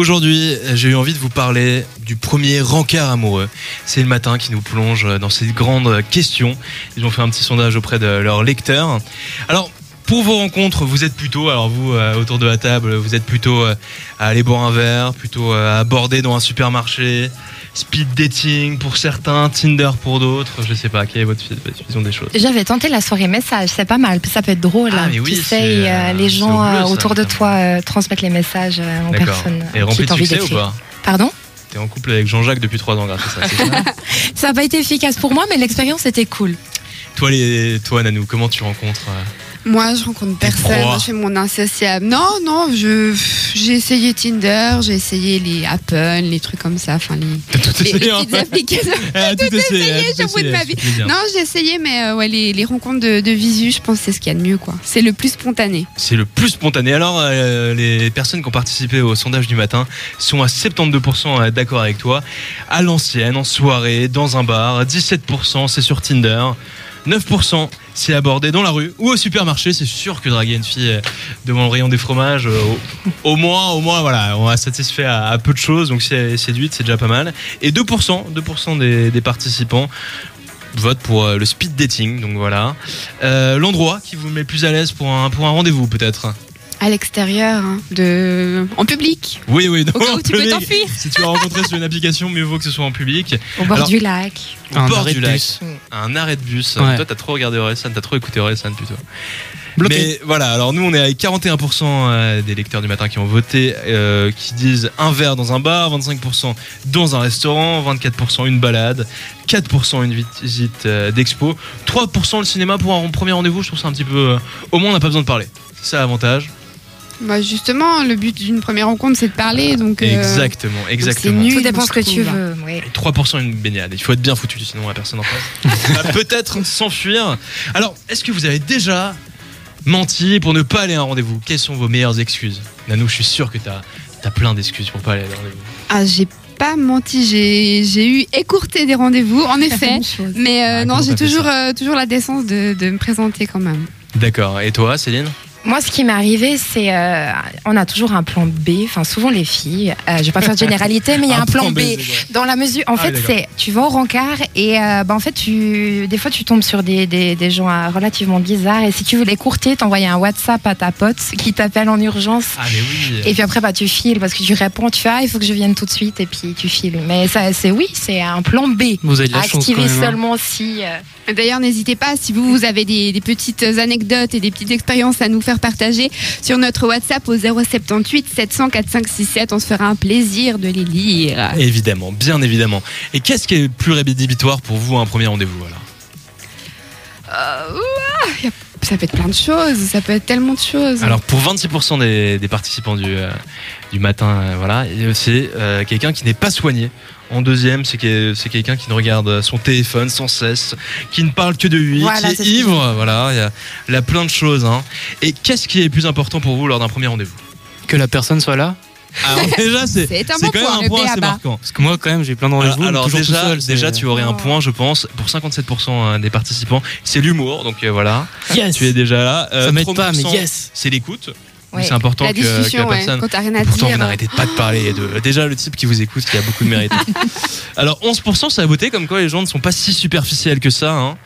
Aujourd'hui, j'ai eu envie de vous parler du premier rencard amoureux. C'est le matin qui nous plonge dans cette grande question. Ils ont fait un petit sondage auprès de leurs lecteurs. Alors, pour vos rencontres, vous êtes plutôt, alors vous euh, autour de la table, vous êtes plutôt euh, à aller boire un verre, plutôt euh, à aborder dans un supermarché, speed dating pour certains, Tinder pour d'autres, je sais pas, quelle est votre votre vision des choses J'avais tenté la soirée message, c'est pas mal, ça peut être drôle. Ah, hein. mais oui, tu sais, c'est, et, euh, euh, les c'est gens au bleu, ça, euh, autour de évidemment. toi euh, transmettent les messages euh, en D'accord. personne. euh, Et rempli qui de t'ont envie succès ou d'écrire. pas Pardon T'es en couple avec Jean-Jacques depuis 3 ans grâce à ça, c'est ça Ça n'a pas été efficace pour moi, mais l'expérience était cool. Toi, les, toi Nanou, comment tu rencontres euh, Moi, je rencontre T'es personne. proie. Je fais mon insatiable. Non, non, je j'ai essayé Tinder, j'ai essayé les Happen, les trucs comme ça, enfin les, T'as tout les, les essayé, hein petites applications. Elle a Ah, tout essayé, elle a essayé, tout j'ai au bout de essayé, ma ça fait vie. plaisir. Non, j'ai essayé, mais euh, ouais, les, les rencontres de, de visu, je pense que c'est ce qu'il y a de mieux, quoi. C'est le plus spontané. C'est le plus spontané. Alors, euh, les personnes qui ont participé au sondage du matin sont à 72% à- euh, d'accord avec toi. À l'ancienne, en soirée, dans un bar, 17% c'est sur Tinder. 9% c'est abordé dans la rue ou au supermarché. C'est sûr que draguer une fille euh, devant le rayon des fromages, euh, au, au moins, au moins, voilà, on a satisfait à, à peu de choses. Donc si elle est séduite, c'est déjà pas mal. Et 2%, 2% des, des participants votent pour euh, le speed dating. Donc voilà. Euh, L'endroit qui vous met le plus à l'aise pour un, pour un rendez-vous, peut-être À l'extérieur, hein, de en public. Oui, oui, donc Au cas où tu peux t'enfuir. Si tu as rencontré sur une application, mieux vaut que ce soit en public. Au bord Alors- du lac. Au Un bord arrêt du de lac. bus. Un arrêt de bus. Ouais. Toi, t'as trop regardé Orelsan, t'as trop écouté Orelsan plutôt. Bloqué. Mais voilà, alors nous on est avec 41% euh, des lecteurs du matin qui ont voté, euh, qui disent un verre dans un bar, 25% dans un restaurant, 24% une balade, 4% une visite euh, d'expo, 3% le cinéma pour un premier rendez-vous, je trouve ça un petit peu... euh, au moins on n'a pas besoin de parler. C'est ça l'avantage. Bah, justement, le but d'une première rencontre, c'est de parler, donc. euh, Exactement, exactement. nul. Oui, Tout dépend moi, ce que je tu trouve. veux. oui. Et 3% une baignade. Il faut être bien foutu, sinon la personne en face va peut-être s'enfuir. Alors, est-ce que vous avez déjà menti pour ne pas aller à un rendez-vous Quelles sont vos meilleures excuses Nanou, je suis sûr que t'as as plein d'excuses pour pas aller à un rendez-vous. Ah, j'ai pas menti, j'ai j'ai eu écourté des rendez-vous, en effet. Même chose. Mais euh, Ah, comment non, j'ai t'as fait toujours, euh, toujours la décence de, de me présenter quand même. D'accord. Et toi, Céline Moi, ce qui m'est arrivé, c'est euh, on a toujours un plan B. Enfin, souvent les filles. euh, je vais pas faire de généralité, mais il y a un, plan, B. Dans la mesure, Ah en oui, fait, d'accord. c'est tu vas au rencard et euh, bah, en fait, tu, des fois, tu tombes sur des, des, des gens euh, relativement bizarres et si tu veux les courter, t'envoies un WhatsApp à ta pote qui t'appelle en urgence. Ah, mais oui. Et puis après, bah, tu files parce que tu réponds, tu fais ah, il faut que je vienne tout de suite et puis tu files. Mais ça, c'est oui, c'est un plan B. Vous avez de la À chance quand activer même. hein. seulement si. euh, D'ailleurs, n'hésitez pas, si vous, vous avez des, des petites anecdotes et des petites expériences à nous faire partager sur notre WhatsApp au 078 700 4567, on se fera un plaisir de les lire. Évidemment, bien évidemment. Et qu'est-ce qui est plus rédhibitoire pour vous à un premier rendez-vous alors Euh, ouah, y a- ça peut être plein de choses, ça peut être tellement de choses. Alors pour 26% des, des participants du, euh, du matin, euh, voilà, et c'est euh, quelqu'un qui n'est pas soigné. En deuxième, c'est que- c'est quelqu'un qui ne regarde son téléphone sans cesse, qui ne parle que de lui, Voilà, qui c'est est ce que je ivre. Voilà, il y a, il y a plein de choses. hein. Et qu'est-ce qui est le plus important pour vous lors d'un premier rendez-vous Que la personne soit là. Alors déjà, c'est C'est un c'est bon quand point, même un le point assez B.A.B.A.. marquant. Parce que moi, quand même, j'ai plein de rendez-vous. Alors, Ah, alors toujours déjà, tout seul, c'est- déjà, tu aurais Oh. un point, je pense, pour 57% des participants. C'est l'humour, donc euh, voilà. Yes Tu es déjà là. Ça Euh, m'aide pas, mais 30%, yes C'est l'écoute. Donc, ouais. C'est important la que, que la discussion, ouais, personne quand t'as rien à Pourtant, dire. vous n'arrêtez pas de parler. et de- Déjà, le type qui vous écoute, il a beaucoup de mérite. Alors, 11%, c'est la beauté, comme quoi les gens ne sont pas si superficiels que ça. hein.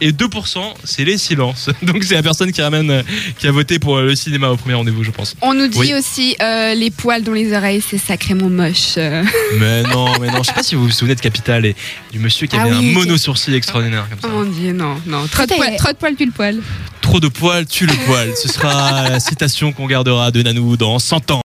Et 2%, c'est les silences. Donc, c'est la personne qui ramène, euh, qui a voté pour euh, le cinéma au premier rendez-vous, je pense. On nous dit Oui. aussi euh, les poils dans les oreilles, c'est sacrément moche. Euh, Mais non, mais non, je sais pas si vous vous souvenez de Capital et du monsieur qui Ah avait oui, un ok. mono-sourcil extraordinaire comme ça. Oh mon dieu, non, non. Trop de Tout est- poils, trop de poils, plus le poil. Trop de poils, tue le poil. Ce sera la citation qu'on gardera de Nanou dans 100 ans.